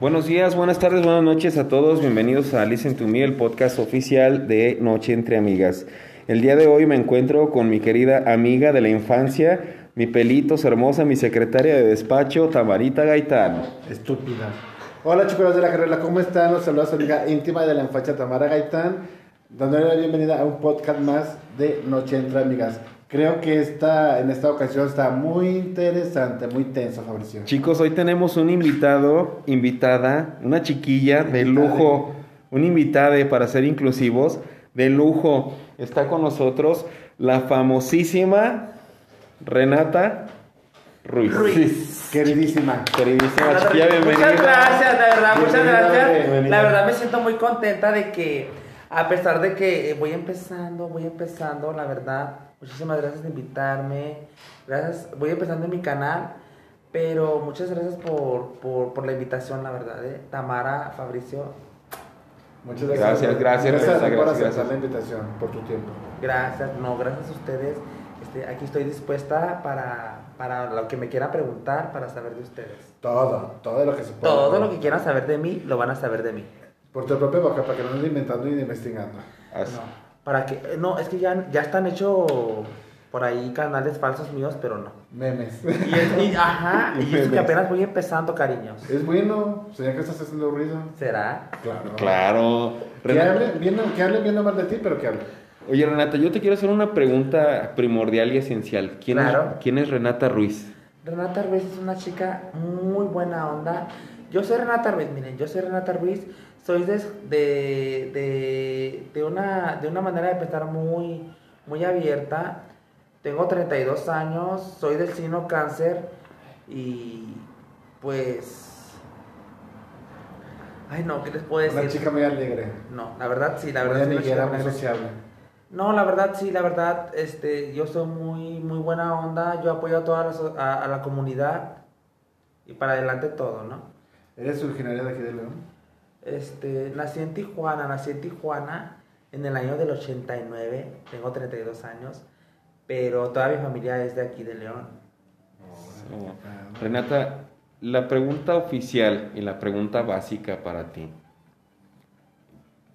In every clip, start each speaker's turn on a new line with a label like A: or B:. A: Buenos días, buenas tardes, buenas noches a todos. Bienvenidos a Listen to Me, el podcast oficial de Noche entre Amigas. El día de hoy me encuentro con mi querida amiga de la infancia, mi pelitos hermosa, mi secretaria de despacho, Tamarita Gaitán.
B: Estúpida. Hola chicos de la carrera, ¿cómo están? Los saluda su amiga íntima de la infancia Tamara Gaitán, dándole la bienvenida a un podcast más de Noche entre Amigas. Creo que esta, en esta ocasión está muy interesante, muy tenso, Fabricio.
A: Chicos, hoy tenemos un invitado, invitada, una chiquilla de lujo, un invitado para ser inclusivos, de lujo. Está con nosotros la famosísima Renata Ruiz.
C: Ruiz.
B: Queridísima.
A: Queridísima
C: Muchas
A: chiquilla, bienvenida.
C: gracias, la verdad, muchas
B: Bienvenida,
C: gracias.
B: bienvenida.
C: La verdad me siento muy contenta de que, a pesar de que eh, voy empezando, voy empezando, la verdad, muchísimas gracias de invitarme. Gracias, voy empezando en mi canal, pero muchas gracias por, por, por la invitación, la verdad, eh. Tamara, Fabricio,
B: Muchas
A: Gracias, gracias,
B: Gracias,
A: gracias,
B: por
A: gracias,
B: aceptar
A: gracias.
B: la invitación, por tu tiempo.
C: gracias, no, gracias a ustedes. Este, aquí estoy dispuesta para, para lo que me quieran preguntar, para saber de ustedes.
B: Todo, todo lo que se puede.
C: Todo lo que quieran saber de mí, lo van a saber de mí.
B: Por tu propia boca, para que no andes inventando ni investigando.
A: Así.
C: Para que. eh, No, es que ya, ya están hechos por ahí canales falsos míos, pero no.
B: Memes.
C: Y, es- y- ajá, y eso que apenas voy empezando, cariños.
B: es bueno, señor que estás haciendo ruido.
C: ¿Será?
B: Claro.
A: Claro.
B: Que
A: Renata-
B: hablen bien, que hablen bien nomás de ti, pero que hablen.
A: Oye, Renata, yo te quiero hacer una pregunta primordial y esencial. ¿Quién,
C: Claro.
A: es, ¿quién es Renata Ruiz?
C: Renata Ruiz es una chica muy buena onda. Yo soy Renata Ruiz, miren, yo soy Renata Ruiz. Soy de, de, de, de una, de una manera de pensar muy, muy abierta. Tengo 32 años, soy del signo cáncer y pues... Ay no, ¿qué les puedo decir?
B: Una chica muy alegre.
C: No, la verdad sí, la
B: Muy
C: verdad sí, una chica
B: amiguera,
C: muy
B: muy
C: alegre.
B: sociable.
C: No, la verdad sí, la verdad, este, yo soy muy, muy buena onda, yo apoyo a toda la, so- a, a la comunidad y para adelante todo, ¿no?
B: ¿Eres originaria de aquí de León?
C: Este, nací en Tijuana, nací en Tijuana en el año del 89, tengo 32 años, pero toda mi familia es de aquí, de León.
A: Renata, la pregunta oficial y la pregunta básica para ti.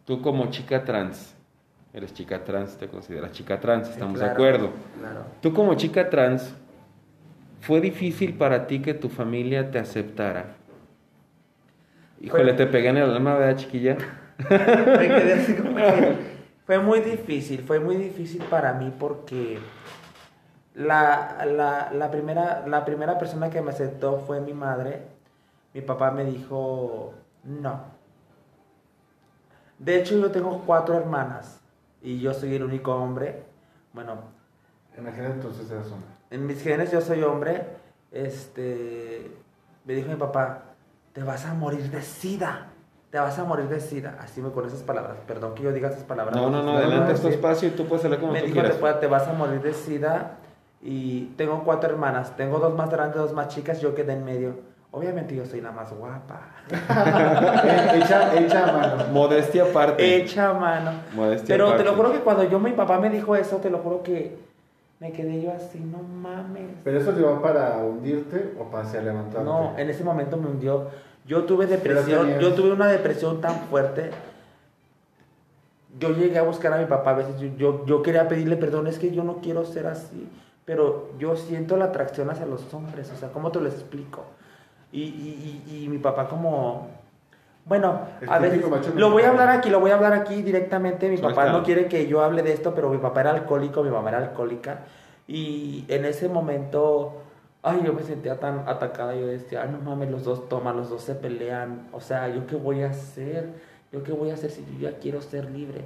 A: Tú como chica trans, eres chica trans, te consideras chica trans,
C: Sí,
A: estamos de
C: claro,
A: acuerdo.
C: Claro.
A: Tú como chica trans, ¿fue difícil para ti que tu familia te aceptara? Híjole,
C: Fue-
A: te pegué en el alma, ¿verdad, chiquilla?
C: Me quedé así como que- Fue muy difícil, fue muy difícil para mí porque la, la- la primera, la primera persona que me aceptó fue mi madre. Mi papá me dijo no. De hecho, yo tengo cuatro hermanas y yo soy el único hombre. Bueno,
B: Ah, En aquel entonces eras una.
C: en mis genes yo soy hombre. Este, me dijo mi papá, te vas a morir de sida. Te vas a morir de sida. Así me con esas palabras. Perdón que yo diga esas palabras. pues,
A: No, no, no,
C: Las
A: adelante,
C: voy a
A: es tu
C: decir.
A: espacio y tú puedes hablar como
C: Me
A: tú
C: dijo, te,
A: quieras.
C: pa- te vas a morir de sida. Y tengo cuatro hermanas. Tengo dos más grandes, dos más chicas. Yo quedé en medio. Obviamente yo soy la más guapa.
B: Eh, Hecha, hecha a mano.
A: Modestia aparte.
C: Hecha a mano.
A: Modestia
C: Eh, Pero te
A: aparte.
C: lo juro que cuando yo, mi papá me dijo eso, te lo juro que me quedé yo así, no mames.
B: ¿Pero eso te va para hundirte o para hacia levantarte?
C: No, en ese momento me hundió. Yo tuve
B: Pero
C: depresión,
B: tenías-
C: yo tuve una depresión tan fuerte. Yo llegué a buscar a mi papá, a veces yo, yo, yo quería pedirle perdón, es que yo no quiero ser así, pero yo siento la atracción hacia los hombres, o sea, ¿cómo te lo explico? Y, y- y- y mi papá como... Bueno,
B: El
C: a veces...
B: típico macho
C: Lo voy a
B: mexicano.
C: hablar aquí, lo voy a hablar aquí directamente, mi
A: Suéltalo.
C: papá no quiere que yo hable de esto, pero mi papá era alcohólico, mi mamá era alcohólica, y en ese momento... Ay, yo me sentía tan atacada, yo decía, "Ah, no mames, los dos toman, los dos se pelean, o sea, ¿yo qué voy a hacer? ¿Yo qué voy a hacer si yo ya quiero ser libre?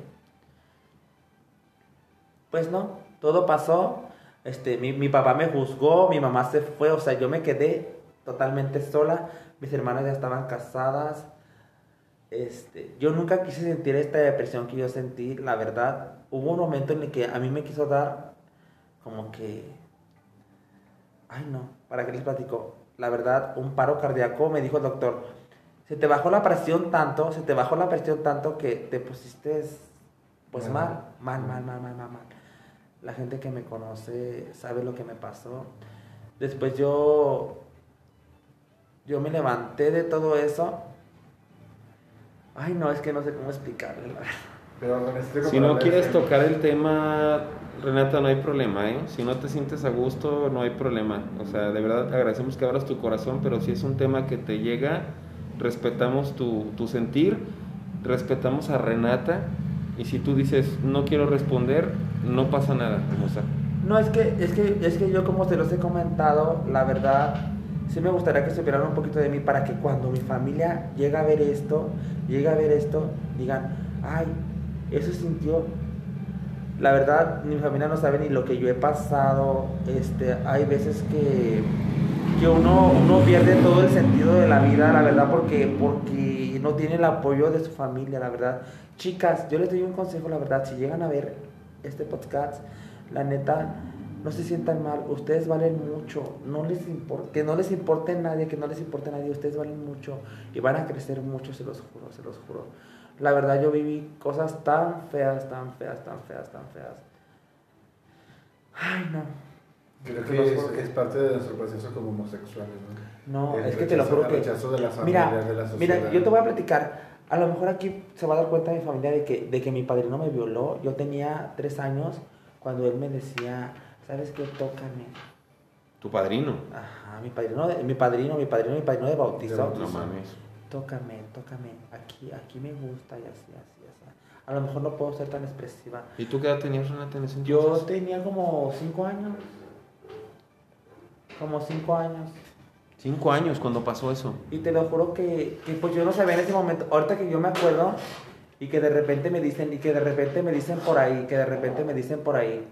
C: Pues no, todo pasó, este, mi, mi papá me juzgó, mi mamá se fue, o sea, yo me quedé totalmente sola, mis hermanas ya estaban casadas, este, yo nunca quise sentir esta depresión que yo sentí, la verdad, hubo un momento en el que a mí me quiso dar como que Ay, no, ¿para qué les platico? La verdad, un paro cardíaco, me dijo el doctor. Se te bajó la presión tanto, se te bajó la presión tanto que te pusiste, pues mal,
B: Mal.
C: mal, mal, mal, mal, mal, mal. La gente que me conoce sabe lo que me pasó. Después yo, yo me levanté de todo eso Ay, no, es que no sé cómo explicarle. la verdad.
B: Pero me explico
A: Si
B: para
A: no
B: ver
A: quieres
B: si-
A: tocar el tema, Renata, no hay problema, ¿eh? Si no te sientes a gusto, no hay problema. O sea, de verdad agradecemos que abras tu corazón, pero si es un tema que te llega, respetamos tu, tu sentir, respetamos a Renata, y si tú dices, no quiero responder, no pasa nada, hermosa.
C: No, es que, es que, es que yo como se los he comentado, la verdad, sí me gustaría que supieran un poquito de mí para que cuando mi familia llega a ver esto, llega a ver esto, digan, ay, eso sintió. La verdad, mi familia no sabe ni lo que yo he pasado. Este, hay veces que, que uno, uno pierde todo el sentido de la vida, la verdad, porque, porque no tiene el apoyo de su familia, la verdad. Chicas, yo les doy un consejo, la verdad, si llegan a ver este podcast, la neta, no se sientan mal, ustedes valen mucho, no les impor- que no les importe nadie, que no les importe nadie, ustedes valen mucho y van a crecer mucho, se los juro, se los juro. La verdad yo viví cosas tan feas, tan feas, tan feas, tan feas. Ay, no.
B: Creo que es, es parte de nuestro proceso como homosexuales, ¿no?
C: No,
B: El
C: es que te lo
B: rechazo-
C: juro
B: el
C: que-
B: rechazo de las
C: Mira,
B: familias, de la sociedad.
C: mira, yo te voy a platicar. A lo mejor aquí se va a dar cuenta mi familia de que, de que mi padrino me violó. Yo tenía tres años cuando él me decía, ¿sabes qué? Tócame.
A: Tu padrino.
C: Ajá, mi padrino, de- mi padrino, mi padrino, mi padrino de bautizo.
B: De bautizo.
A: No mames.
C: Tócame, tócame. Aquí, aquí me gusta y así, así, así. A lo mejor no puedo ser tan expresiva.
A: ¿Y tú qué edad tenías, Renata, en ese entonces?
C: Yo tenía como cinco años. Como cinco años.
A: Cinco años cuando pasó eso.
C: Y te lo juro que, que, pues yo no sabía en ese momento, ahorita que yo me acuerdo y que de repente me dicen, y que de repente me dicen por ahí, que de repente me dicen por ahí.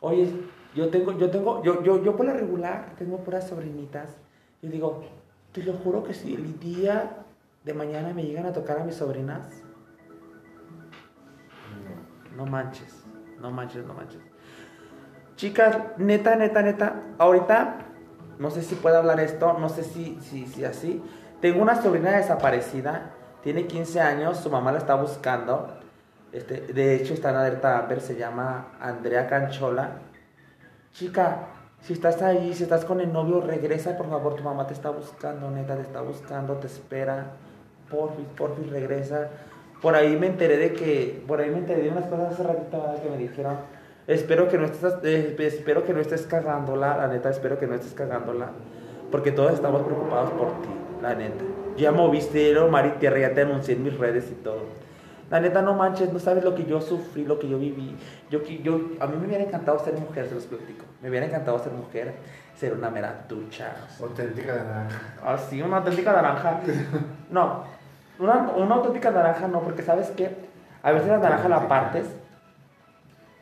C: Oye, yo tengo, yo tengo, yo, yo, yo por la regular tengo puras sobrinitas. Y digo, te lo juro que si el día de mañana me llegan a tocar a mis sobrinas, no manches, no manches, no manches. Chicas, neta, neta, neta, ahorita no sé si puedo hablar esto, no sé si, si, si así. Tengo una sobrina desaparecida, tiene 15 años, su mamá la está buscando. Este, de hecho, está en alerta Amber, se llama Andrea Canchola. Chica, si estás ahí, si estás con el novio, regresa, por favor, tu mamá te está buscando, neta, te está buscando, te espera. Porfis, porfis, regresa. Por ahí me enteré de que, por ahí me enteré de unas cosas hace ratito ¿verdad? que me dijeron. Espero que no estés, eh, espero que no estés cagándola, la neta, espero que no estés cagándola. Porque todos estamos preocupados por ti, la neta. Ya moviste el mar y tierra, ya te anuncié en mis redes y todo. La neta, no manches, no sabes lo que yo sufrí, lo que yo viví. Yo, qui- yo, a mí me hubiera encantado ser mujer, se los platico. Me hubiera encantado ser mujer, ser una mera ducha.
B: Auténtica de la...
C: Así, Ah, una auténtica naranja. No, una, una auténtica naranja no, porque sabes que a veces la naranja la partes.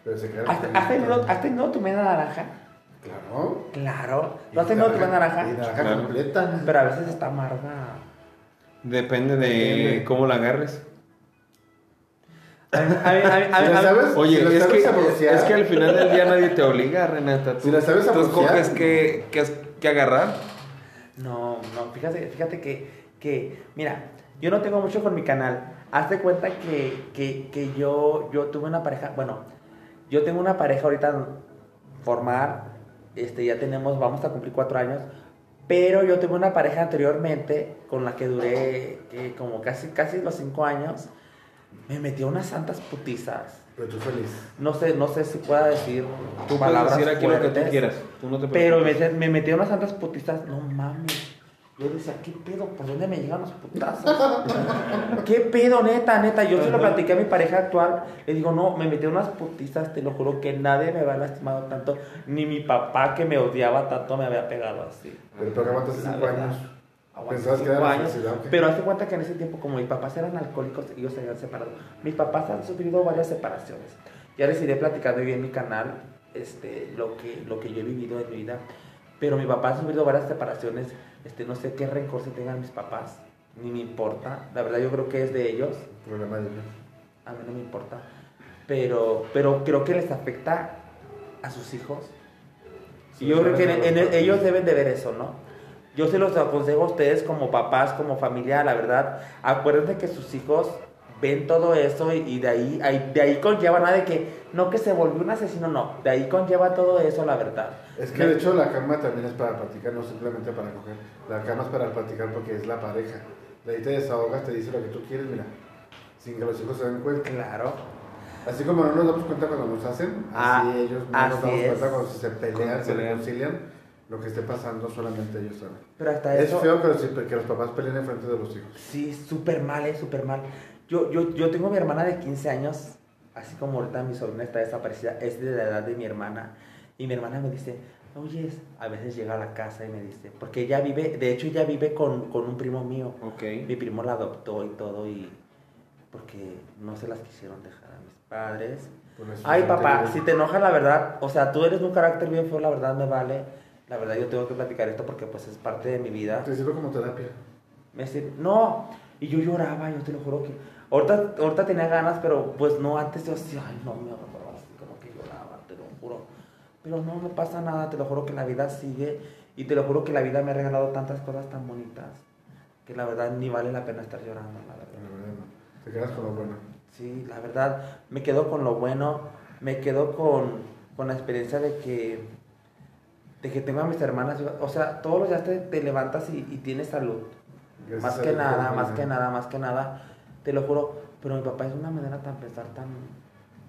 B: Pero se queda...
C: ¿Has, has tenido, has tenido tu media naranja?
B: Claro.
C: Claro.
B: Y
C: ¿No has tenido tu media
B: Y
C: naranja?
B: naranja
A: Claro.
B: completa.
C: Pero a veces está amarga.
A: Depende de
B: Depende.
A: cómo la agarres.
C: A mí, a mí- a mí- a mí-
B: ¿Ya
C: a mí-
B: sabes?
A: Oye,
B: Si lo
A: es,
B: sabes
A: que,
B: saborear.
A: es que al final del día nadie te obliga, Renata. Tú,
B: Si la sabes
A: tú
B: saborear.
A: escoges qué, qué, has- qué agarrar.
C: No, no, fíjate, fíjate que, que, mira, yo no tengo mucho con mi canal. Hazte cuenta que, que, que yo, yo tuve una pareja, bueno, yo tengo una pareja ahorita formar, este, ya tenemos, vamos a cumplir cuatro años, pero yo tuve una pareja anteriormente con la que duré eh, como casi, casi los cinco años. Me metió unas santas putizas.
B: Pero tú feliz.
C: No sé, no sé si pueda decir
A: Tú puedes
C: palabras
A: decir aquí lo que tú
C: fuertes.
A: quieras. Tú no te
C: Pero me,
A: preocupes.
C: se- me metieron unas santas putizas, no mames. Yo decía, ¿qué pedo? ¿Por dónde me llegan los putazos? ¿Qué pedo, neta, neta? Yo se lo platiqué a mi pareja actual. Le digo, no, me metieron unas putizas, te lo juro que nadie me había lastimado tanto. Ni mi papá que me odiaba tanto me había pegado así.
B: Pero tú aguantaste
C: La
B: cinco
C: verdad.
B: años.
C: Aguanté
B: Pensabas que
C: cinco
B: era la
C: años,
B: felicidad, ¿o qué?
C: Pero hazte cuenta que en ese tiempo, como mis papás eran alcohólicos, ellos se habían separado. Mis papás han sufrido varias separaciones. Ya les iré platicando hoy en mi canal este, lo, que, lo que yo he vivido en mi vida. Pero mi papá ha sufrido varias separaciones. Este, no sé qué rencor se tengan mis papás. Ni me importa. La verdad, yo creo que es de ellos.
B: Problema de Dios.
C: A mí no me importa. Pero, pero creo que les afecta a sus hijos.
B: Sí,
C: Y yo creo que
B: claro.
C: en- en- ellos deben de ver eso, ¿no? Yo se los aconsejo a ustedes como papás, como familia, la verdad. Acuérdense que sus hijos ven todo eso y, y de, ahí, ahí- de ahí conlleva nada de que, no que se volvió un asesino, no. De ahí conlleva todo eso, la verdad.
B: Es que de hecho la cama también es para platicar, no simplemente para coger. La cama es para platicar porque es la pareja. de ahí te desahogas, te dice lo que tú quieres, mira, sin que los hijos se den cuenta.
C: Claro.
B: Así como no nos damos cuenta cuando nos hacen,
C: Ah,
B: así ellos no nos
C: así
B: damos
C: es.
B: cuenta cuando se pelean,
A: Cuando
B: se
A: pelean.
B: reconcilian, lo que esté pasando solamente ellos saben.
C: Pero hasta
B: Es
C: eso.
B: feo que los, que los papás peleen en frente de los hijos.
C: Sí, súper mal, es súper mal. Yo, yo, yo tengo a mi hermana de 15 años, así como ahorita mi sobrina está desaparecida, es de la edad de mi hermana. Y mi hermana me dice, oye, a veces llega a la casa y me dice, porque ella vive, de hecho ella vive con, con un primo mío.
A: Ok.
B: Eh,
C: Mi primo la adoptó y todo, y porque no se las quisieron dejar a mis padres.
B: Por eso
C: Ay,
B: se
C: papá,
B: pelean.
C: si te enojas, la verdad, o sea, tú eres un carácter bien feo, la verdad me vale. La verdad, yo tengo que platicar esto porque pues es parte de mi vida.
B: Te sirve como terapia.
C: Me decía, no. Y yo lloraba, yo te lo juro que. Ahorita, ahorita tenía ganas, pero pues no, antes yo decía, ay, no me acuerdo, así como que lloraba, te lo juro. Pero no, no pasa nada, te lo juro que la vida sigue y te lo juro que la vida me ha regalado tantas cosas tan bonitas que la verdad ni vale la pena estar llorando, la verdad.
B: La verdad, no. Te quedas con lo bueno.
C: Sí, la verdad, me quedo con lo bueno, me quedo con, con la experiencia de que, de que tengo a mis hermanas, yo- o sea, todos los días te, te levantas y, y tienes salud.
B: Gracias
C: más
B: a
C: que
B: Dios,
C: nada,
B: hermana.
C: más que nada, más que nada, te lo juro, pero mi papá es una manera tan pensar tan...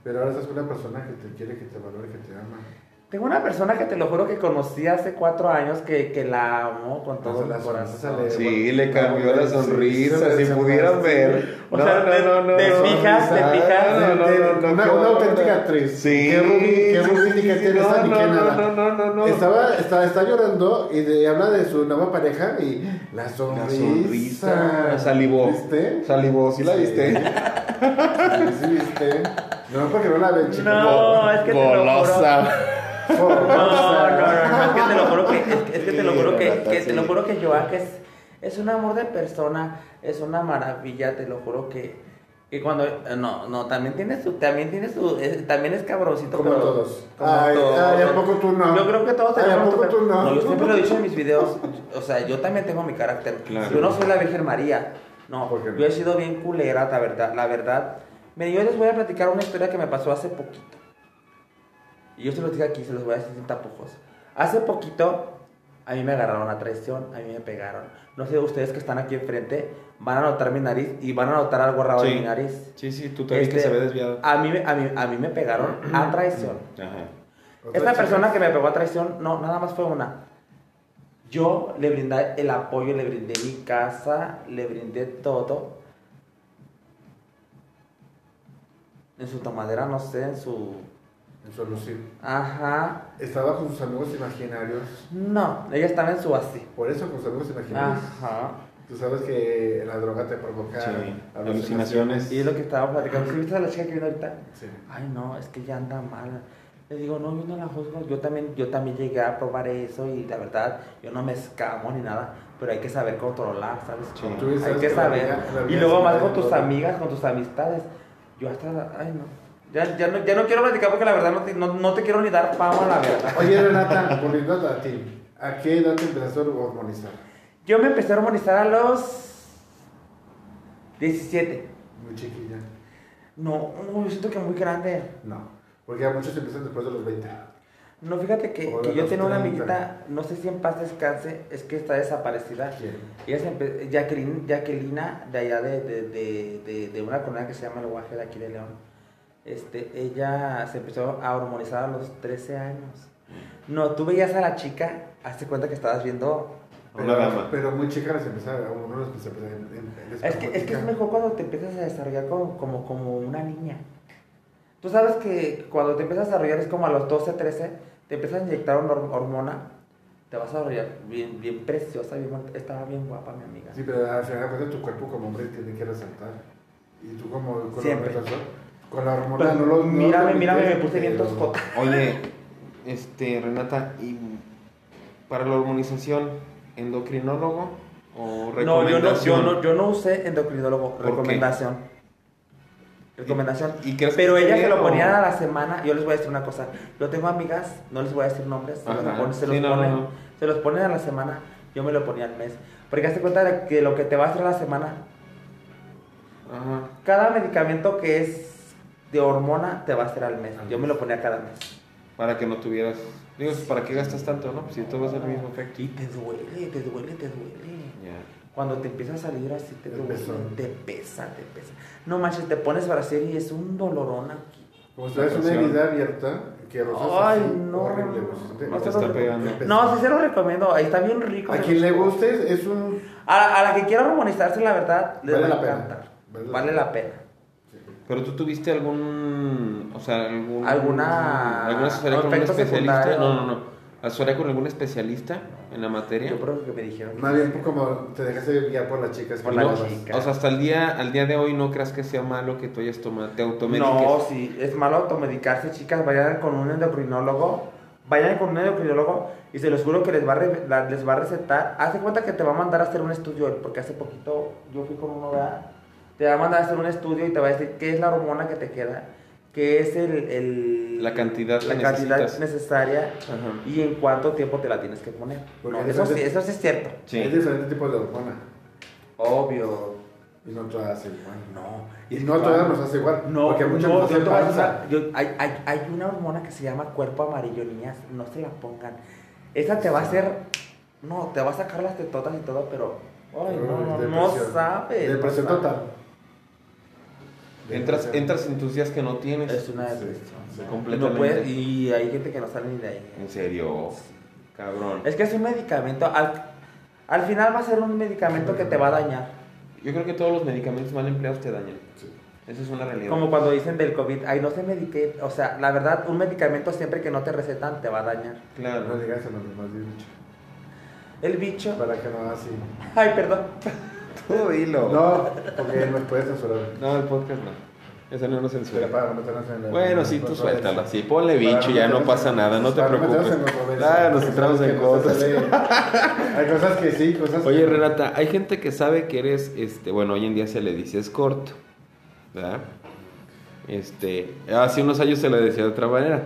B: Pero ahora estás con una persona que te quiere, que te valora, que te ama.
C: Tengo una persona que te lo juro que conocí hace cuatro años que, que la amo con todo
B: Hasta
C: mi
B: Ah, la sonrisa
C: corazón.
B: le-
A: Sí, le cambió la sonrisa, si pudieran ver.
C: O sea, te- te fijas, te fijas.
B: De- de- una- una auténtica actriz.
A: Sí.
B: Qué rubi- qué
A: sí,
B: rubí,
A: sí,
B: ni qué
A: sí,
B: tiene
A: no,
B: esa, ni
A: no,
B: qué
A: no,
B: nada.
A: No, no, no, no.
B: Estaba, está, está llorando y de- habla de su nueva pareja y la sonrisa.
A: La sonrisa. Salivó.
B: ¿Viste?
A: Salivó, ¿sí la viste?
B: Sí, sí, viste. No, porque no la ven, chicos.
C: No, es que te lo juro.
A: Golosa.
C: No, no, no, no, es que te lo juro que, es que- es que te lo juro que,
A: Sí,
C: que te lo
A: sí.
C: juro que Joaquín es, es un amor de persona, es una maravilla, te lo juro que, que cuando eh, no, no, también tiene su, también tiene su, eh, también es cabroncito.
B: Como
C: pero-
B: todos.
C: como
B: Ay,
C: todos.
B: ay, ¿a poco tú no?
C: Yo creo que todos
B: Ay, ¿a
C: tenemos
B: poco
C: nuestro-
B: tú no?
C: yo siempre lo he dicho en mis videos, o sea, yo también tengo mi carácter.
A: Claro.
C: Yo no soy la Virgen María. No,
B: ¿Por qué no?
C: yo he sido bien culera, la verdad, la verdad. Mira, yo les voy a platicar una historia que me pasó hace poquito. Y yo se los dije aquí, se los voy a decir sin tapujos. Hace poquito, a mí me agarraron a traición, a mí me pegaron. No sé, ustedes que están aquí enfrente van a notar mi nariz y van a notar algo raro de
A: Sí.
C: mi nariz.
A: Sí, sí, tú te ves que
C: Este,
A: se ve desviado.
C: A mí, me- a, mí, a mí me pegaron a traición.
A: Ajá.
B: Otra
C: Esta
B: chica.
C: persona que me pegó a traición, no, nada más fue una. Yo le brindé el apoyo, le brindé mi casa, le brindé todo. En su tomadera, no sé, en su...
B: En su alucin.
C: Ajá.
B: Estaba con sus amigos imaginarios.
C: No, ella estaba en su así.
B: Por eso con sus amigos imaginarios.
C: Ajá.
B: Tú sabes que la droga te provoca
A: Sí,
B: alucinaciones.
A: alucinaciones.
C: Y es lo que estaba platicando. ¿Sí viste a la chica que vino ahorita?
B: Sí.
C: Ay, no, es que ya anda mal. Le digo, no, yo no la juzgo. Yo también, yo también llegué a probar eso y la verdad, yo no me escamo ni nada. Pero hay que saber controlar, ¿sabes?
A: Sí.
B: Tú sabes
C: hay que
B: que la
C: saber.
B: vida- la
C: y
B: vida
C: luego
B: es
C: más
B: una
C: con tus
B: droga.
C: amigas, con tus amistades. Yo hasta, ay, no. Ya, ya no, ya no quiero platicar porque la verdad no te, no, no te quiero ni dar fama, la verdad.
B: Oye, Renata, volviendo a ti, ¿a qué edad te empezaste a hormonizar?
C: Yo me empecé a armonizar a los 17.
B: Muy chiquilla.
C: No, no, yo siento que muy grande.
B: No. Porque a muchos empiezan después de los 20.
C: No, fíjate que,
B: O de
C: que yo
B: los
C: tenía una
B: 30.
C: amiguita, no sé si en paz descanse, es que está desaparecida.
B: ¿Quién?
C: Ella se empe- Jacqueline, Jacquelina, de allá de, de, de, de, de una colonia que se llama El Guaje de aquí de León. Este, ella se empezó a hormonizar a los 13 años. No, tú veías a la chica, hazte cuenta que estabas viendo...
A: Una dama.
B: Pero muy chica las empezaron, a uno las empezaba en, en, en-
C: Es que, es que es mejor cuando te empiezas a desarrollar como, como, como una niña. Tú sabes que cuando te empiezas a desarrollar es como a los 12, 13, te empiezas a inyectar una hor- hormona, te vas a desarrollar bien, bien preciosa, bien bonita. Estaba bien guapa mi amiga.
B: Sí, pero al final de cuentas tu cuerpo como hombre tiene que resaltar. Y tú como con
C: Siempre.
B: la hormona, con la hormona no
C: Pero
B: lo no
C: mírame,
B: lo
C: mírame, me
B: permites,
C: puse bien
B: pero-
C: toscota.
A: Oye, este, Renata, ¿y para la hormonización, endocrinólogo o
C: No, yo no, yo
A: recomendación?
C: no, yo no usé endocrinólogo,
A: ¿Por qué?
C: recomendación. Recomendación.
A: ¿Y crees
C: Pero
A: que
C: ellas se
A: sea,
C: lo
A: o-
C: ponían a la semana. Yo les voy a decir una cosa. Yo tengo amigas, no les voy a decir nombres, se los,
A: Ajá.
C: ponen, se
A: Sí,
C: los
A: no, no,
C: ponen-
A: no.
C: se los ponen a la semana. Yo me lo ponía al mes. Porque hazte cuenta de que lo que te va a hacer a la semana,
A: Ajá.
C: cada medicamento que es de hormona te va a hacer al mes. Yo me lo ponía cada mes.
A: Para que no tuvieras. Pues Digo, ¿para qué gastas tanto, no? Si todo va a ser el mismo efecto.
C: Y te duele, te duele, te duele.
A: Ya.
C: Cuando te empieza a salir así, te,
B: El
C: duele,
B: pezón.
C: te pesa, te pesa. No manches, te pones para hacer y es un dolorón aquí.
B: Como si traes una herida abierta, que rozas
C: Ay,
B: así,
C: no.
B: horrible, pues, siente-
A: No,
C: No,
A: te está pegando.
B: Empezó.
C: No, sí se lo recomiendo. Ahí está bien rico.
B: A quien le guste es un...
C: A, la- a la que quiera hormonizarse, la verdad, les
B: Vale
C: va
B: la
C: a
B: pena.
C: encantar.
B: Vale
C: Vale,
B: la
C: la pena.
A: Pero tú tuviste algún. O sea, algún.
C: Alguna-
A: ¿Alguna asesoría con un
C: efecto
A: especialista?
C: secundario.
A: No, no, no. ¿Asesoría con algún especialista en la materia?
C: Yo creo que me dijeron.
B: Más bien como te dejaste guiar por las chicas. que
C: Por la
B: no- pues,
C: chica.
A: O sea, hasta el día, al día de hoy no creas que sea malo que tú hayas tomado, te automediques.
C: No, sí, es malo automedicarse, chicas. Vayan con un endocrinólogo. Vayan con un endocrinólogo y se los juro que les va a, re- la- les va a recetar. Haz de cuenta que te va a mandar a hacer un estudio él, porque hace poquito yo fui con uno, ¿verdad? Te va a mandar a hacer un estudio y te va a decir qué es la hormona que te queda, qué es el. el-
A: La cantidad que
C: la cantidad
A: necesitas.
C: necesaria
A: Ajá.
C: y en cuánto tiempo te la tienes que poner.
B: Porque
C: No, eso, sí,
B: entonces-
C: eso sí es cierto.
B: Es
A: Sí.
B: diferente tipo de hormona.
C: Obvio.
B: Y no todas hace igual.
C: No.
B: Y no todas nos hace igual.
C: No,
B: porque muchas
C: no,
B: nos
C: yo
B: hace
C: te voy a decir
B: panza.
C: una- yo- hay, hay- hay una hormona que se llama cuerpo amarillo, niñas, no se la pongan. Esa te va a hacer, no, te va a sacar las tetotas y todo, pero, ay, no, no,
B: Uy,
C: no
B: depresión.
C: sabes. no
B: Depresión
C: sabes.
B: total.
A: Entras, entras en tus días que no tienes.
C: Es una
B: Sí,
C: depresión.
B: sí,
C: ¿no?
A: completamente.
C: No puedes- y hay gente que no sale ni de ahí.
A: En serio, cabrón.
C: Es que es un medicamento, al, al final va a ser un medicamento que te va a dañar.
A: Yo creo que todos los medicamentos mal empleados te dañan. Esa es una realidad.
C: Como cuando dicen del COVID, ay, no se medique, o sea, la verdad, un medicamento siempre que no te recetan te va a dañar.
B: No
A: Claro.
B: digas a lo que me has dicho.
C: El bicho,
B: Para que no hagas así.
C: ay, perdón.
A: Tú dilo. No,
B: No, porque nos puedes censurar.
A: el podcast no. Eso no nos
B: Pero
A: censura.
B: para no meternos en el-
A: Bueno, sí,
B: en
A: tú
B: el-
A: suéltala. Sí, ponle
B: Para
A: bicho, ya no
B: meternos
A: pasa
B: en-
A: nada, no te
B: para meternos
A: preocupes.
B: en controversia.
A: Claro, nos centramos en
B: Que no se
A: cosas.
B: peleen. Hay cosas que sí, cosas que
A: Oye,
B: no.
A: Renata, hay gente que sabe que eres, este, bueno, hoy en día se le dice es corto, ¿verdad? Este, hace unos años se le decía de otra manera.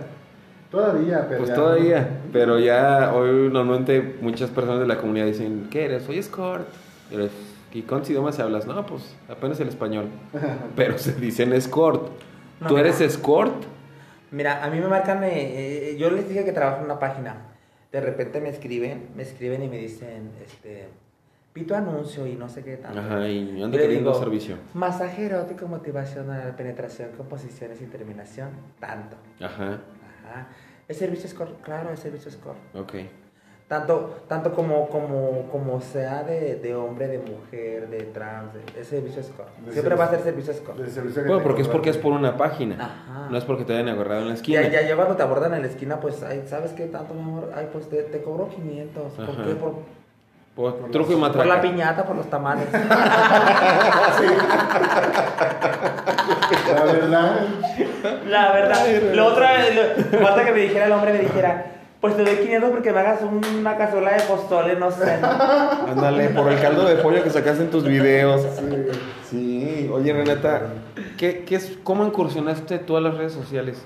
B: Todavía, pero.
A: Pues
B: ya-
A: todavía, pero ya hoy normalmente muchas personas de la comunidad dicen, ¿qué eres? Soy escort. Y les- ¿Y cuántos idiomas hablas? No, pues apenas el español. Pero se dicen escort.
C: No,
A: ¿Tú
C: no.
A: eres escort?
C: Mira, a mí me marcan, eh, eh, yo les dije que trabajo en una página. De repente me escriben, me escriben y me dicen, este, pito anuncio y no sé qué tanto.
A: Ajá, y ando
C: Yo le
A: queriendo
C: digo,
A: servicio.
C: Masaje erótico, motivacional, penetración, composiciones y terminación, tanto.
A: Ajá,
C: Ajá. El servicio es corto, claro, el servicio es corto.
A: ok.
C: Tanto, tanto como, como, como sea de, de hombre, de mujer, de trans, de- el servicio es corto.
B: De
C: Siempre
B: servicio.
C: va a ser servicio es corto.
B: Del servicio que
A: Bueno,
B: te
A: porque es porque es por
B: contratan.
A: una página.
C: Ajá.
A: No es porque te hayan agarrado en la esquina.
C: Ya, ya, ya cuando te abordan en la esquina, pues, ay, ¿sabes qué tanto, mi amor? Ay, pues te, te cobro 500. ¿Por
A: Ajá.
C: qué? Por,
A: Por truco y
C: por la
A: matraca.
C: piñata, por los tamales.
B: La verdad.
C: la verdad. Lo otra vez, lo- basta que me dijera el hombre, me dijera, pues te doy 500 porque me hagas una cazuela de pozole, no sé.
A: Ándale, por el caldo de pollo que sacaste en tus videos.
B: sí.
A: Sí, oye Renata, ¿qué, qué es, ¿cómo incursionaste tú a las redes sociales?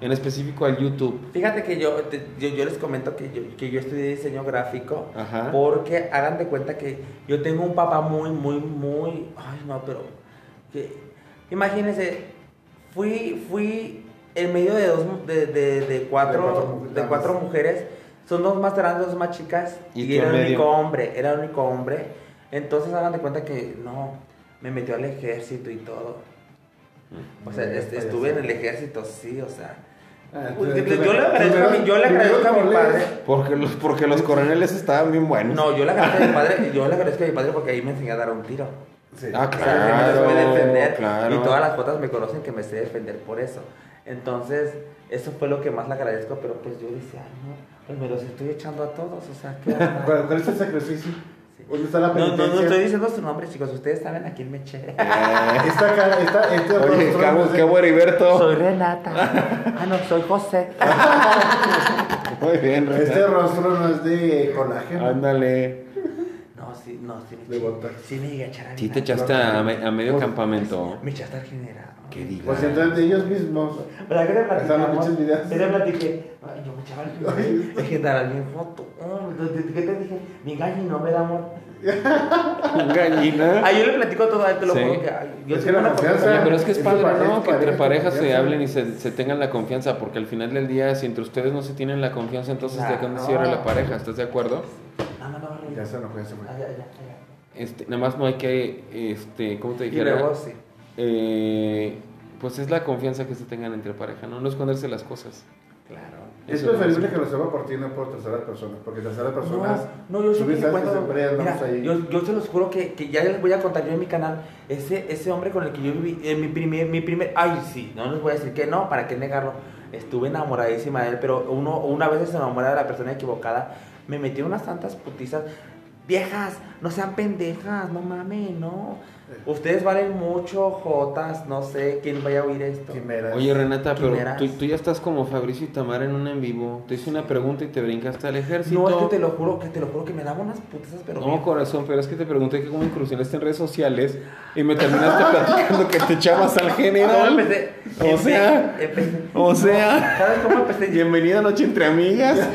A: En específico al YouTube.
C: Fíjate que yo, te- yo, yo les comento que yo, que yo estudié diseño gráfico
A: Ajá.
C: porque hagan de cuenta que yo tengo un papá muy, muy, muy... Ay, no, pero... Que, imagínense, fui, fui en medio de, dos, mu- de, de, de cuatro,
B: De cuatro mujeres.
C: de cuatro mujeres. Son dos más grandes, dos más chicas.
A: Y
C: Y,
A: tú
C: era
A: en
C: el
A: medio.
C: único hombre, era el único hombre. Entonces hagan de cuenta que no, me metió al ejército y todo. O sea,
B: Mm,
C: est-
B: payaso.
C: estuve en el ejército, sí, o sea...
B: Ah,
C: Yo le
B: tú- tú-
C: agradezco a mi, yo le
B: primero
C: agradezco a mi
B: lees.
C: padre.
A: Porque los, porque los coroneles estaban bien buenos.
C: No, yo le agradezco a mi padre, yo le agradezco a mi padre porque ahí me enseñó a dar un tiro.
B: Sí.
A: Ah,
C: O sea, que me
A: Claro,
C: supe defender
A: claro.
C: y todas las cuotas me conocen que me sé defender por eso. Entonces, eso fue lo que más le agradezco, pero pues yo decía, ay, no, pues me los estoy echando a todos, o sea, ¿qué onda?
B: ¿Cuál, cuál es el sacrificio?
C: Sí.
B: ¿Dónde está la
C: No, no,
B: penitencia?
C: no estoy diciendo su nombre, chicos, ustedes saben a quién me eché.
A: Eh,
B: Esta cara, esta, este otro
A: oye,
B: otro
A: Cabo,
B: hombre-
A: Cabo Heriberto.
C: Soy Renata. Ah, no, soy José.
A: Muy bien,
B: Este
A: Renata.
B: rostro no es de colágeno.
A: Ándale.
C: No, sí, no, sí me
B: De botox.
C: eché. Sí me llegué a echar a
A: Sí
C: mi
A: te echaste a, me- a medio campamento.
C: Me echaste al general.
A: ¿Qué digas?
B: Pues entonces de ellos mismos.
C: ¿Verdad que te
B: Están los
C: platicamos?
B: pinches videos.
C: Yo te platiqué. Ay, yo me echaba el final. Es que tal bien foto. Oh, ¿de- de- ¿Qué te dije? Mi no me da amor.
A: Gallina.
C: Ay, Ah, yo le platico todo a él, te lo
A: Sí.
C: juro que. ay, yo
B: Es que
C: tengo
B: la
C: una
B: confianza-
A: Oye, pero es que es
B: Es tu
A: padre,
B: pareja,
A: ¿no?
B: es tu
A: Que entre
B: pareja,
A: parejas se
B: confianza.
A: hablen y se, se tengan la confianza, porque al final del día, si entre ustedes no se tienen la confianza, entonces de dónde
C: Claro.
A: cierra la pareja, ¿estás de acuerdo?
C: foto. Ah, no, no, no, no.
B: Ya se enojó, ya se fue.
C: Ay, ay, ay, ay.
A: este, nada más no hay que, este, ¿cómo te
C: Y
A: dijera?
C: luego sí.
A: Eh, pues es la confianza que se tengan entre pareja, ¿no? No esconderse las cosas.
C: Claro.
B: Es
A: Eso no
B: preferible que lo sepa por ti, no por terceras personas, porque terceras personas.
C: No, no, yo
B: tú
C: siempre
B: sabes que
C: encuentro-
B: siempre andamos
C: mira,
B: ahí.
C: Yo, yo se los juro que, que ya les voy a contar yo en mi canal. Ese, ese hombre con el que yo viví, eh, mi primer, mi primer, ay sí, no les voy a decir que no, para qué negarlo. Estuve enamoradísima de él, pero uno, una vez se enamora de la persona equivocada. Me metió unas tantas putizas. Viejas, no sean pendejas, no mames, no.
B: Eh.
C: Ustedes valen mucho, Jotas, no sé quién vaya a oír esto.
B: Quimeras.
A: Oye, Renata, pero
C: Quimeras.
A: tú, tú ya estás como Fabricio y Tamara en un en vivo. Te hice una pregunta y te brincaste al ejército.
C: No, es que te lo juro, que te lo juro que me daban unas putizas, pero.
A: No,
C: bien
A: corazón, pero es que te pregunté que cómo incursionaste en redes sociales y me terminaste platicando que te echabas al
C: Ah,
A: general.
C: empecé-
A: O
C: empecé-
A: sea,
C: empecé-
A: o sea.
C: ¿Sabes cómo empecé? yo?
A: Bienvenida a Noche entre Amigas.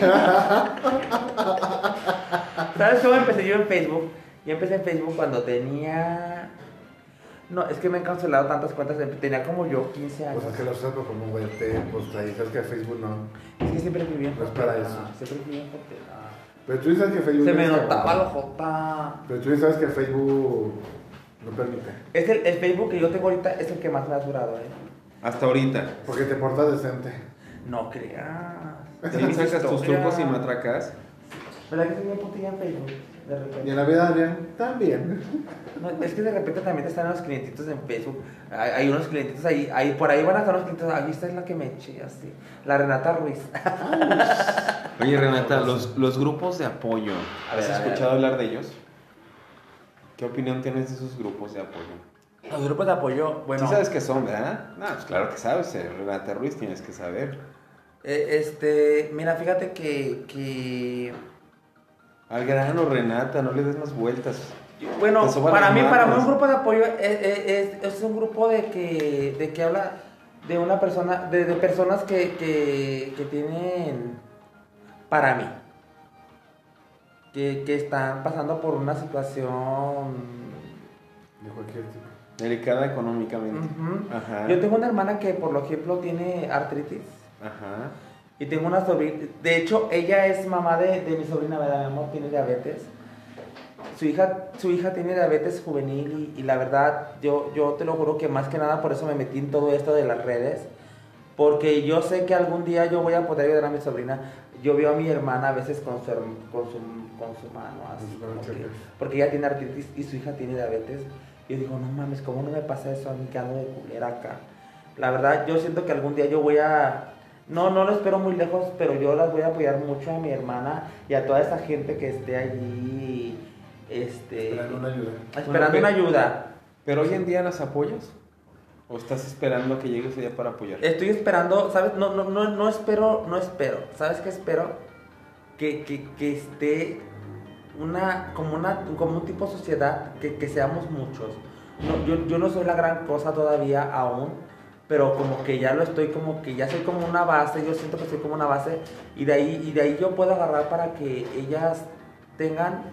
C: ¿Sabes cómo empecé yo en Facebook? Yo empecé en Facebook cuando tenía. No, es que me han cancelado tantas cuentas. em- Tenía como yo 15
B: O sea,
C: años.
B: pues
A: Pues,
B: que lo sepa como, güey, te, pues ahí sabes que Facebook no.
C: Es que siempre fui bien
A: pues,
B: No es para
C: joteada,
B: eso.
C: Siempre fui bien joteada.
B: Pero tú sabes que Facebook.
C: Se
B: no
C: me
B: es
C: notaba lo
B: como-
C: jota.
B: Pero tú bien sabes que Facebook no permite.
C: Es el, el Facebook que yo tengo ahorita es el que más me ha durado, ¿eh?
A: Hasta ahorita.
B: Porque te portas decente.
C: No creas.
A: ¿Sí
C: Mis
A: sacas tus
C: historias.
A: trucos y matracas?
C: ¿Verdad que soy bien putilla en Facebook? De repente.
B: Y en la vida real también.
C: No, es que de repente también te están los clientitos en Facebook. Hay, hay unos clientitos ahí, ahí, por ahí van a estar los clientitos. Ahí esta es la que me eché, así. La Renata Ruiz.
A: Oye, Renata, los, los grupos de apoyo.
C: A
A: ¿Has
C: ver, a ver,
A: escuchado
C: a
A: hablar de ellos? ¿Qué opinión tienes de esos grupos de apoyo?
C: Los grupos de apoyo, bueno,
A: Sí sabes qué son, ¿verdad? No, pues claro que sabes, eh, Renata Ruiz, tienes que saber.
C: eh, este, mira, fíjate que, que
A: Al grano, Renata, no le des más vueltas.
C: bueno,
A: Te soban
C: para
A: las
C: mí, para mí
A: manos.
C: un grupo de apoyo es, es- es- es un grupo de que, de que habla de una persona, de, de personas que, que, que tienen, para mí, que, que están pasando por una situación
B: De cualquier tipo.
A: Delicada económicamente.
C: Ujú.
A: Ajá.
C: Mm. Yo tengo una hermana que, por lo ejemplo, tiene artritis.
A: Ajá.
C: Y tengo una sobrina. De hecho, ella es mamá de, de mi sobrina, ¿verdad? Mi amor tiene diabetes. Su hija, su hija tiene diabetes juvenil y, y la verdad, yo, yo te lo juro que más que nada por eso me metí en todo esto de las redes. Porque yo sé que algún día yo voy a poder ayudar a mi sobrina. Yo veo a mi hermana a veces con su, herm- con su, con su mano así.
B: Con su mano
C: como
B: chueca.
C: que- porque ella tiene artritis y su hija tiene diabetes. Yo digo, no mames, ¿cómo no me pasa eso a mí que ando de culera acá? La verdad, yo siento que algún día yo voy a... No, no lo espero muy lejos, pero yo las voy a apoyar mucho a mi hermana y a toda esa gente que esté allí, este...
B: Esperando una ayuda.
C: esperando
A: Bueno,
C: una
A: pero-
C: ayuda.
A: ¿Pero hoy en día las apoyas? ¿O estás esperando que llegue ese día para apoyar?
C: Estoy esperando, ¿sabes? No, no, no, no espero, no espero. ¿Sabes qué espero? Que, que, que esté una, como una, como un tipo de sociedad, que, que seamos muchos. No, yo, yo no soy la gran cosa todavía aún, pero como que ya lo estoy, como que ya soy como una base, yo siento que soy como una base, y de ahí, y de ahí yo puedo agarrar para que ellas tengan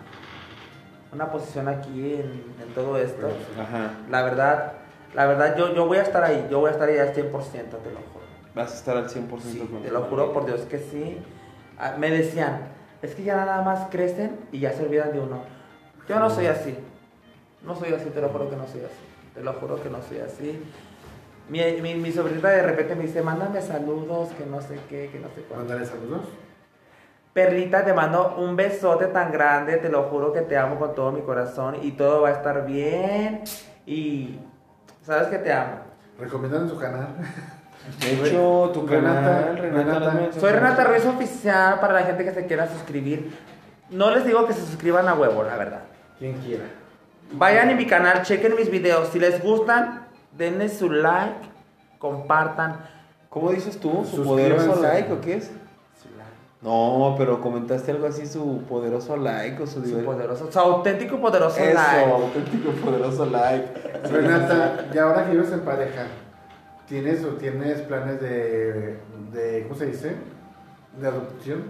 C: una posición aquí en, en todo esto.
A: Ajá.
C: La verdad, la verdad, yo, yo voy a estar ahí, yo voy a estar ahí al 100%, te lo juro.
A: Vas a estar al 100%
C: Sí,
A: con
C: te lo juro por Dios que sí. Ah, Me decían, es que ya nada más crecen y ya se olvidan de uno. Yo no soy así. No soy así, te lo juro que no soy así. Te lo juro que no soy así. Mi, mi, mi sobrinita de repente me dice, mándame saludos, que no sé qué, que no sé cuándo.
B: Mandaré saludos.
C: Perlita, te mando un besote tan grande, te lo juro que te amo con todo mi corazón y todo va a estar bien. Y sabes que te amo.
B: Recomiendan su canal.
A: De hecho, tu
B: Renata,
A: canal, Renata,
B: Renata.
A: López.
C: Soy Renata Ruiz Oficial para la gente que se quiera suscribir. No les digo que se suscriban a huevo, la verdad.
B: Quien quiera.
C: Vayan a mi canal, chequen mis videos. Si les gustan, denle su like, compartan.
A: ¿Cómo dices tú? ¿Su
B: Suscríbanse.
A: poderoso like o qué es?
C: Su like,
A: No, pero comentaste algo así, su poderoso like o su...
C: su
A: diver-
C: poderoso, su auténtico y poderoso
A: Eso,
C: like.
A: auténtico poderoso like.
B: Renata, y ahora que vives en pareja, ¿tienes o tienes planes de, de ¿cómo se dice? De adopción,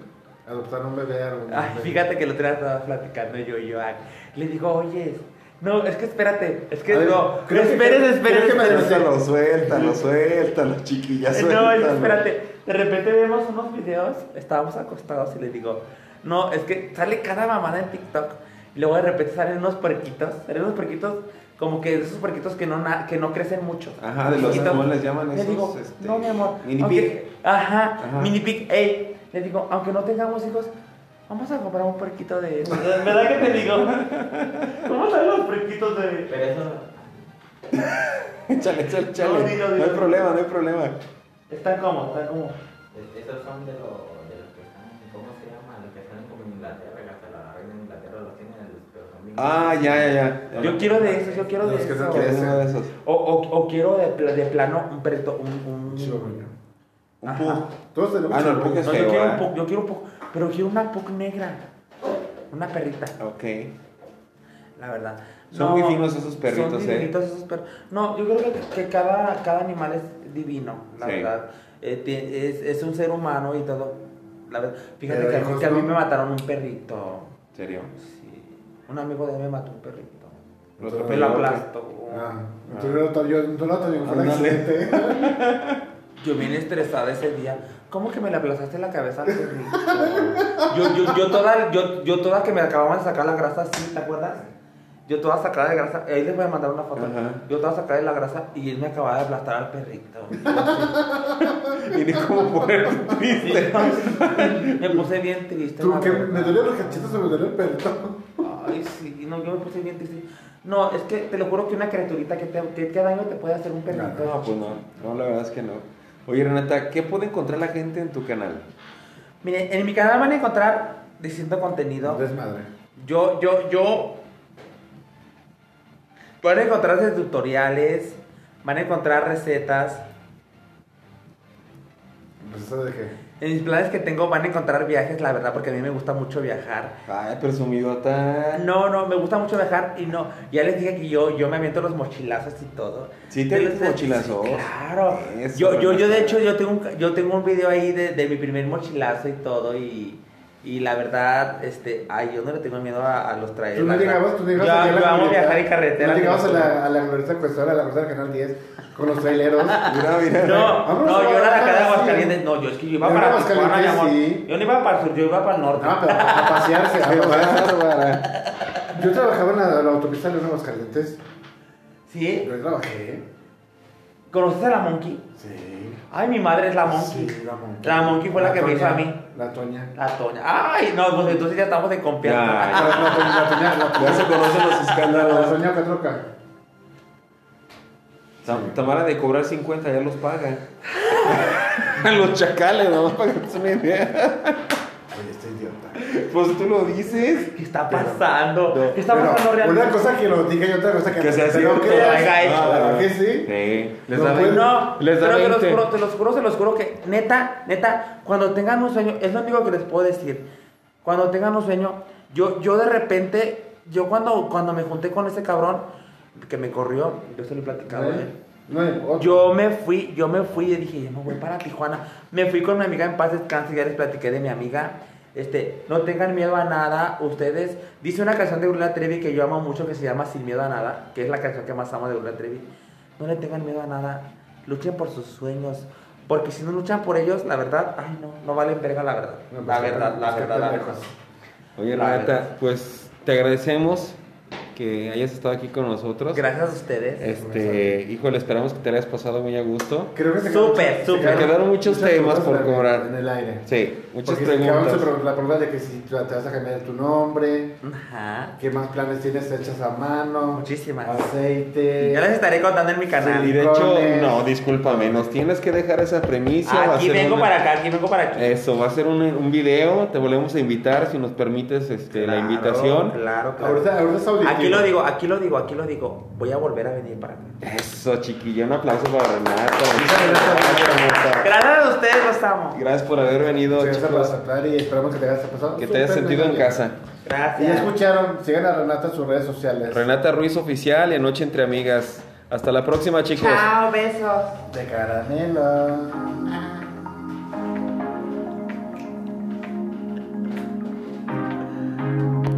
B: adoptar un bebé algún
C: Ay,
B: bebé?
C: fíjate que el otro día estaba platicando yo y yo. ay, Le digo, oye, no, es que espérate, es que
B: A ver,
C: no,
B: creo que-
C: esperen,
B: creo
C: esperen,
B: que me
C: esperen.
A: Suéltalo, suéltalo, suéltalo, chiquilla,
C: Eh, No, es que
A: suéltalo.
C: espérate. De repente vemos unos videos, estábamos acostados y le digo, no, es que sale cada mamada en TikTok. Y luego de repente salen unos puerquitos, salen unos puerquitos como que esos puerquitos que no, na- que no crecen mucho.
A: Ajá, de los-
C: Chiquitos.
A: ¿cómo les llaman
C: Le
A: esos?
C: digo,
A: Este,
C: no, mi amor.
A: mini
C: aunque-
A: pig.
C: Ajá,
A: Ajá.
C: mini pig, ey. Le digo, aunque no tengamos hijos, vamos a comprar un puerquito de... ¿Verdad que te digo? ¿Cómo están los puerquitos de...? Pero eso...
A: Chale, chale, chale.
C: No, dilo, dilo.
A: No hay problema, no hay problema.
C: Están como, están como...
D: Esos son de, lo, de los que están, ¿cómo se llama? Los que están como en Inglaterra, que hasta la reina de Inglaterra los tienen, pero son bien-
A: Ah, ya, ya, ya.
C: Yo quiero de esos, yo quiero de
B: Los que se
C: esos.
A: ¿Quieres uno de esos?
C: O, o, o quiero de, pla- de plano un perrito, un... un...
B: Chihuahua.
A: Un
C: Ajá.
A: pug.
B: Todos tenemos
A: Ah, no, el
B: chihuahua.
A: pug es
C: No,
A: feo,
C: yo quiero un
A: ¿eh?
C: pug, yo quiero un pug, pero quiero una pug negra. Una perrita,
A: Ok.
C: la verdad.
A: Son muy finos esos perritos,
C: son
A: ¿eh?
C: divinitos esos perros. No, yo creo que, que cada, cada animal es divino, la
A: Sí.
C: verdad. Eh, ti- es, es un ser humano y todo. La verdad. Fíjate
B: Pero
C: que, a
B: hijos
C: mí- que a mí
B: no.
C: me mataron un perrito.
A: ¿En serio?
C: Sí. Un amigo de él me mató un perrito.
A: Lo
B: Entonces,
A: atropelló,
C: Me lo
A: ok.
C: aplastó.
B: Ah, entonces no, yo, no, no, yo fue un
A: Ándale.
B: accidente.
C: Yo vine estresada ese día. ¿Cómo que me le aplastaste la cabeza al perrito? Yo, yo, yo toda, yo, yo toda que me acababan de sacar la grasa así, ¿te acuerdas? Yo toda sacada de grasa, ahí les voy a mandar una foto.
A: Ajá.
C: Yo toda sacada de la grasa y él me acababa de aplastar al perrito.
A: Y ni cómo poder triste.
C: me puse bien triste.
B: Tú,
C: la
B: que
C: verdad.
B: me dolió los cachetes, se me dolió el perrito.
C: Ay, sí, no, yo me puse bien triste. No, es que te lo juro que una criaturita que te, que, que daño te puede hacer un perrito.
A: No, pues no. No, la verdad es que no. Oye, Renata, ¿qué puede encontrar la gente en tu canal?
C: Miren, en mi canal van a encontrar distinto contenido.
B: Desmadre.
C: Yo, yo, yo. Van a encontrar de tutoriales, van a encontrar recetas.
B: Pues eso de qué.
C: En mis planes que tengo van a encontrar viajes, la verdad, porque a mí me gusta mucho viajar.
A: Ay, presumidota.
C: No, no, me gusta mucho viajar y no. Ya les dije que yo, yo me aviento los mochilazos y todo.
A: ¿Sí te
C: Yo
A: avientas
C: les-
A: mochilazos?
C: Sí, claro.
A: Eso,
C: yo, yo, yo, de
A: Renata.
C: hecho, yo tengo, un, yo tengo un video ahí de, de mi primer mochilazo y todo y. y la verdad, este, ay, yo no le tengo miedo a, a los trailers.
B: Tú no
C: la verdad.
B: llegabas, tú no llegabas
C: Yo-
B: allá a la
C: yo amo
B: glorieta.
C: viajar en carretera.
B: No llegabas a
C: te lo juro.
B: la, a la glorieta cuestora, a la glorieta del canal 10, con los traileros.
A: Mira, mira.
C: No,
B: Vámonos
C: no,
B: a
C: yo era de acá de
B: Guadalajara,
C: Aguascalientes. No, yo es que yo iba
B: Yo
C: para
B: era
C: Tijuana, mi amor.
B: Aguascalientes, sí. Ah.
C: Yo no iba para el sur, yo iba para el norte.
B: No, pero a pasearse. a
A: Qué
B: pasearse.
A: bárbara.
B: Yo trabajaba en la, la autopista de Nuevos Calientes.
C: ¿Sí?
B: Yo trabajé.
C: ¿Conoces a la Monkey?
B: Sí.
C: Ay, mi madre es la Monkey.
B: Ah, Sí, la monkey.
C: La monkey fue la que me hizo
B: Toña,
C: a mí.
B: La Toña.
C: La Toña. Ay, no, pues entonces ya estamos de confianza.
A: Ya.
B: Ah, la Toña, la Toña, la
A: Ya se
B: Toña.
A: conocen los
B: La
A: escándalos.
B: Toña Petroca.
A: Tam- Tamara de cobrar 50 ya los paga. los chacales, nomás para que te des una idea.
B: Oye, este idiota.
A: Pues tú lo dices.
C: ¿Qué está
B: Pero-
C: pasando?
A: no,
C: ¿Qué está
B: Pero
C: pasando realmente?
B: Una cosa que lo diga y otra cosa que,
A: Que sea
B: pero
A: cierto. Ah,
B: que
C: Lo haga hecho.
B: Claro que sí.
A: Sí. Les
B: No
A: da
B: puede-
A: veinte.
C: No,
A: Les da
C: pero te los
A: 20.
C: juro, te los juro, se los juro que neta, neta, cuando tengan un sueño, es lo único que les puedo decir. Cuando tengan un sueño, yo, yo de repente, yo cuando, cuando me junté con ese cabrón que me corrió, yo se lo he platicado. ¿eh?
B: No, no, otro.
C: Yo me fui, yo me fui y dije, yo me voy para Tijuana. Me fui con mi amiga en paz descanse, ya les platiqué de mi amiga. Este, no tengan miedo a nada, ustedes. Dice una canción de Urla Trevi que yo amo mucho que se llama Sin Miedo a Nada, que es la canción que más amo de Urla Trevi. No le tengan miedo a nada, luchen por sus sueños, porque si no luchan por ellos, la verdad, ay no, no valen verga la verdad.
B: No, pues,
C: la,
B: qué
C: verdad
B: pen-
C: la
B: qué
C: verdad, la verdad.
B: pendejos.
A: Oye,
C: La
A: Renata,
C: verdad.
A: pues te agradecemos que hayas estado aquí con nosotros.
C: Gracias a ustedes.
A: Este, híjole, esperamos que te hayas pasado muy a gusto.
B: Creo que se
C: Súper,
B: quedaron- se
C: súper.
A: Quedaron muchos
B: muchas
A: temas
B: preguntas
A: por
B: en el-
A: cobrar.
B: En el aire.
A: Sí, muchas
B: Porque se quedaron
A: preguntas.
B: sobre la pregunta de que si te vas a cambiar tu nombre,
C: Ajá.
B: qué más planes tienes hechas a mano.
C: Muchísimas.
A: Eh,
B: Aceite.
C: Yo les estaré contando en mi canal.
A: Y de hecho,
B: Rincones.
A: no, discúlpame, nos tienes que dejar esa premisa. va a
C: Aquí
A: ser
C: vengo
A: una-
C: para acá, aquí vengo para aquí.
A: Eso, va a ser un, un video, te volvemos a invitar si nos permites este, la
C: Claro,
A: invitación.
C: Claro, claro.
B: Ahorita, ahorita es auditivo.
C: Aquí lo digo, aquí lo digo, aquí lo digo. Voy a volver a venir para acá.
A: Eso, chiquilla, un aplauso para Renata.
B: Muchas gracias, Renata.
C: Gracias a ustedes, los amo.
A: Gracias por haber venido,
B: Muchas gracias por
A: chicos.
B: aceptar y esperamos que te hayas pasado.
A: Que te hayas
B: súper
A: sentido en
B: bien.
A: casa.
B: Y ya
C: Gracias.
B: escucharon, sigan a Renata en sus redes sociales.
A: Renata Ruiz Oficial en Noche Entre Amigas. Hasta la próxima, chicos.
C: Chao, besos.
B: De caramelo.